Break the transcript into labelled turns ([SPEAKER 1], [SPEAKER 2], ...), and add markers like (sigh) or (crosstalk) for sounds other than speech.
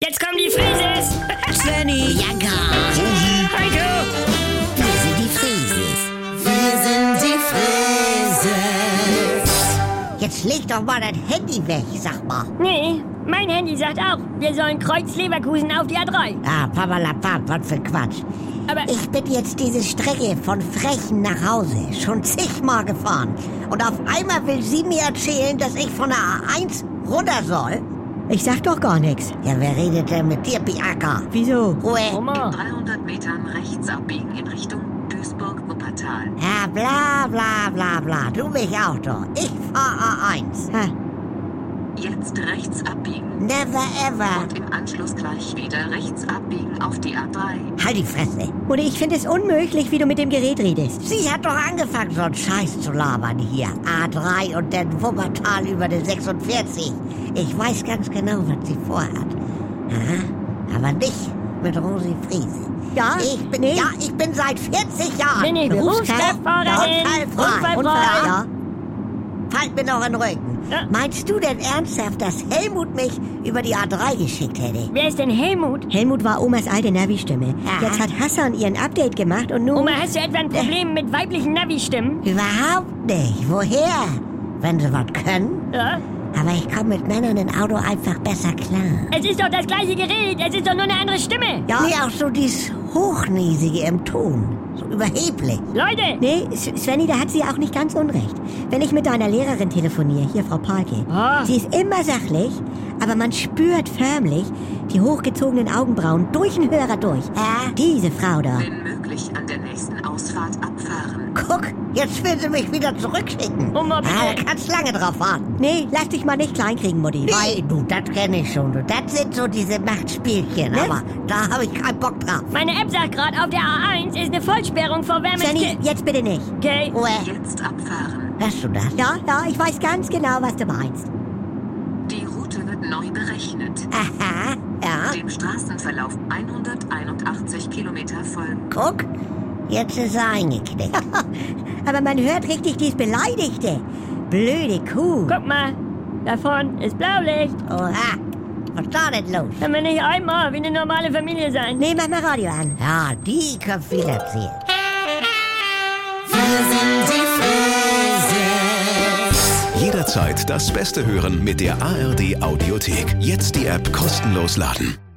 [SPEAKER 1] (laughs)
[SPEAKER 2] Conny.
[SPEAKER 3] Ja, gar.
[SPEAKER 2] Heiko.
[SPEAKER 3] Wir sind die Frieses. Wir sind die Frieses. Jetzt leg doch mal dein Handy weg, sag mal.
[SPEAKER 1] Nee, mein Handy sagt auch, wir sollen Kreuz Leverkusen auf die A3.
[SPEAKER 3] Ah, papalapap, was für Quatsch.
[SPEAKER 1] Aber
[SPEAKER 3] Ich bin jetzt diese Strecke von Frechen nach Hause schon zigmal gefahren. Und auf einmal will sie mir erzählen, dass ich von der A1 runter soll?
[SPEAKER 2] Ich sag doch gar nichts.
[SPEAKER 3] Ja, wer redet denn mit dir, Bianca?
[SPEAKER 2] Wieso?
[SPEAKER 3] Ruhe.
[SPEAKER 1] Oma,
[SPEAKER 4] 300 Metern rechts abbiegen in Richtung Duisburg-Wuppertal.
[SPEAKER 3] Ja, bla bla bla bla. Du mich auch doch. Ich fahr A1.
[SPEAKER 2] Ha,
[SPEAKER 4] Jetzt rechts abbiegen
[SPEAKER 3] Never ever.
[SPEAKER 4] und im Anschluss gleich wieder rechts abbiegen auf die A3.
[SPEAKER 3] Halt die Fresse.
[SPEAKER 2] Und ich finde es unmöglich, wie du mit dem Gerät redest.
[SPEAKER 3] Sie hat doch angefangen, so einen Scheiß zu labern hier. A3 und dann Wuppertal über den 46. Ich weiß ganz genau, was sie vorhat. Aha. Aber nicht mit Rosi Friese.
[SPEAKER 2] Ja,
[SPEAKER 3] ich bin,
[SPEAKER 2] nee.
[SPEAKER 3] ja, ich bin seit 40 Jahren
[SPEAKER 1] Nee, nee, Berufskraftfahrerin,
[SPEAKER 3] Unfallfrei.
[SPEAKER 1] Unfallfrei.
[SPEAKER 3] Ja. Fallt mir noch in den Rücken.
[SPEAKER 1] Ja.
[SPEAKER 3] Meinst du denn ernsthaft, dass Helmut mich über die A3 geschickt hätte?
[SPEAKER 1] wer ist denn Helmut?
[SPEAKER 2] Helmut war Omas alte Navi-Stimme.
[SPEAKER 3] Ja.
[SPEAKER 2] Jetzt hat Hassan ihren Update gemacht und nun...
[SPEAKER 1] Oma, hast du etwa ein Problem mit weiblichen Navi-Stimmen?
[SPEAKER 3] Überhaupt nicht. Woher? Wenn sie was können?
[SPEAKER 1] Ja?
[SPEAKER 3] Aber ich komme mit Männern im Auto einfach besser klar.
[SPEAKER 1] Es ist doch das gleiche Gerät, es ist doch nur eine andere Stimme.
[SPEAKER 3] Ja. Nee, auch so dieses Hochnäsige im Ton. So überheblich.
[SPEAKER 1] Leute!
[SPEAKER 2] Nee, S- Svenny, da hat sie auch nicht ganz unrecht. Wenn ich mit deiner Lehrerin telefoniere, hier Frau Palke,
[SPEAKER 1] Ah.
[SPEAKER 2] sie ist immer sachlich, aber man spürt förmlich die hochgezogenen Augenbrauen durch den Hörer durch.
[SPEAKER 3] Ja.
[SPEAKER 2] Diese Frau da.
[SPEAKER 4] Wenn möglich an der nächsten Ausfahrt abfahren.
[SPEAKER 3] Guck, jetzt will sie mich wieder zurückschicken.
[SPEAKER 1] Oma, bitte.
[SPEAKER 3] ah, da kannst lange drauf warten.
[SPEAKER 2] Nee, lass dich mal nicht kleinkriegen, Mutti.
[SPEAKER 3] Weil, du, das kenne ich schon. Du. Das sind so diese Machtspielchen.
[SPEAKER 2] Ne?
[SPEAKER 3] Aber da habe ich keinen Bock drauf.
[SPEAKER 1] Meine App sagt gerade, auf der A1 ist eine Vollsperrung vor
[SPEAKER 2] Svenny,
[SPEAKER 1] Wermelskirchen.
[SPEAKER 2] jetzt bitte nicht.
[SPEAKER 1] Okay.
[SPEAKER 3] Ruhe.
[SPEAKER 4] Jetzt abfahren.
[SPEAKER 3] Hörst du das?
[SPEAKER 2] Ja, ja, ich weiß ganz genau, was du meinst.
[SPEAKER 4] Die Route wird neu berechnet.
[SPEAKER 3] Aha, ja.
[SPEAKER 4] Dem Straßenverlauf 181 Kilometer folgen.
[SPEAKER 3] Guck, jetzt ist er eingeknickt.
[SPEAKER 2] (laughs) Aber man hört richtig dies Beleidigte. Blöde Kuh. Oh, ah,
[SPEAKER 1] Guck mal, da vorn ist Blaulicht.
[SPEAKER 3] Oha, was ist da denn los?
[SPEAKER 1] Können wir nicht einmal wie eine normale Familie sein?
[SPEAKER 2] Nee,
[SPEAKER 3] يعني.
[SPEAKER 2] mach mal Radio an.
[SPEAKER 3] Ja, die können viel erzählen.
[SPEAKER 5] Jederzeit das Beste hören mit der ARD Audiothek. Jetzt die App kostenlos laden.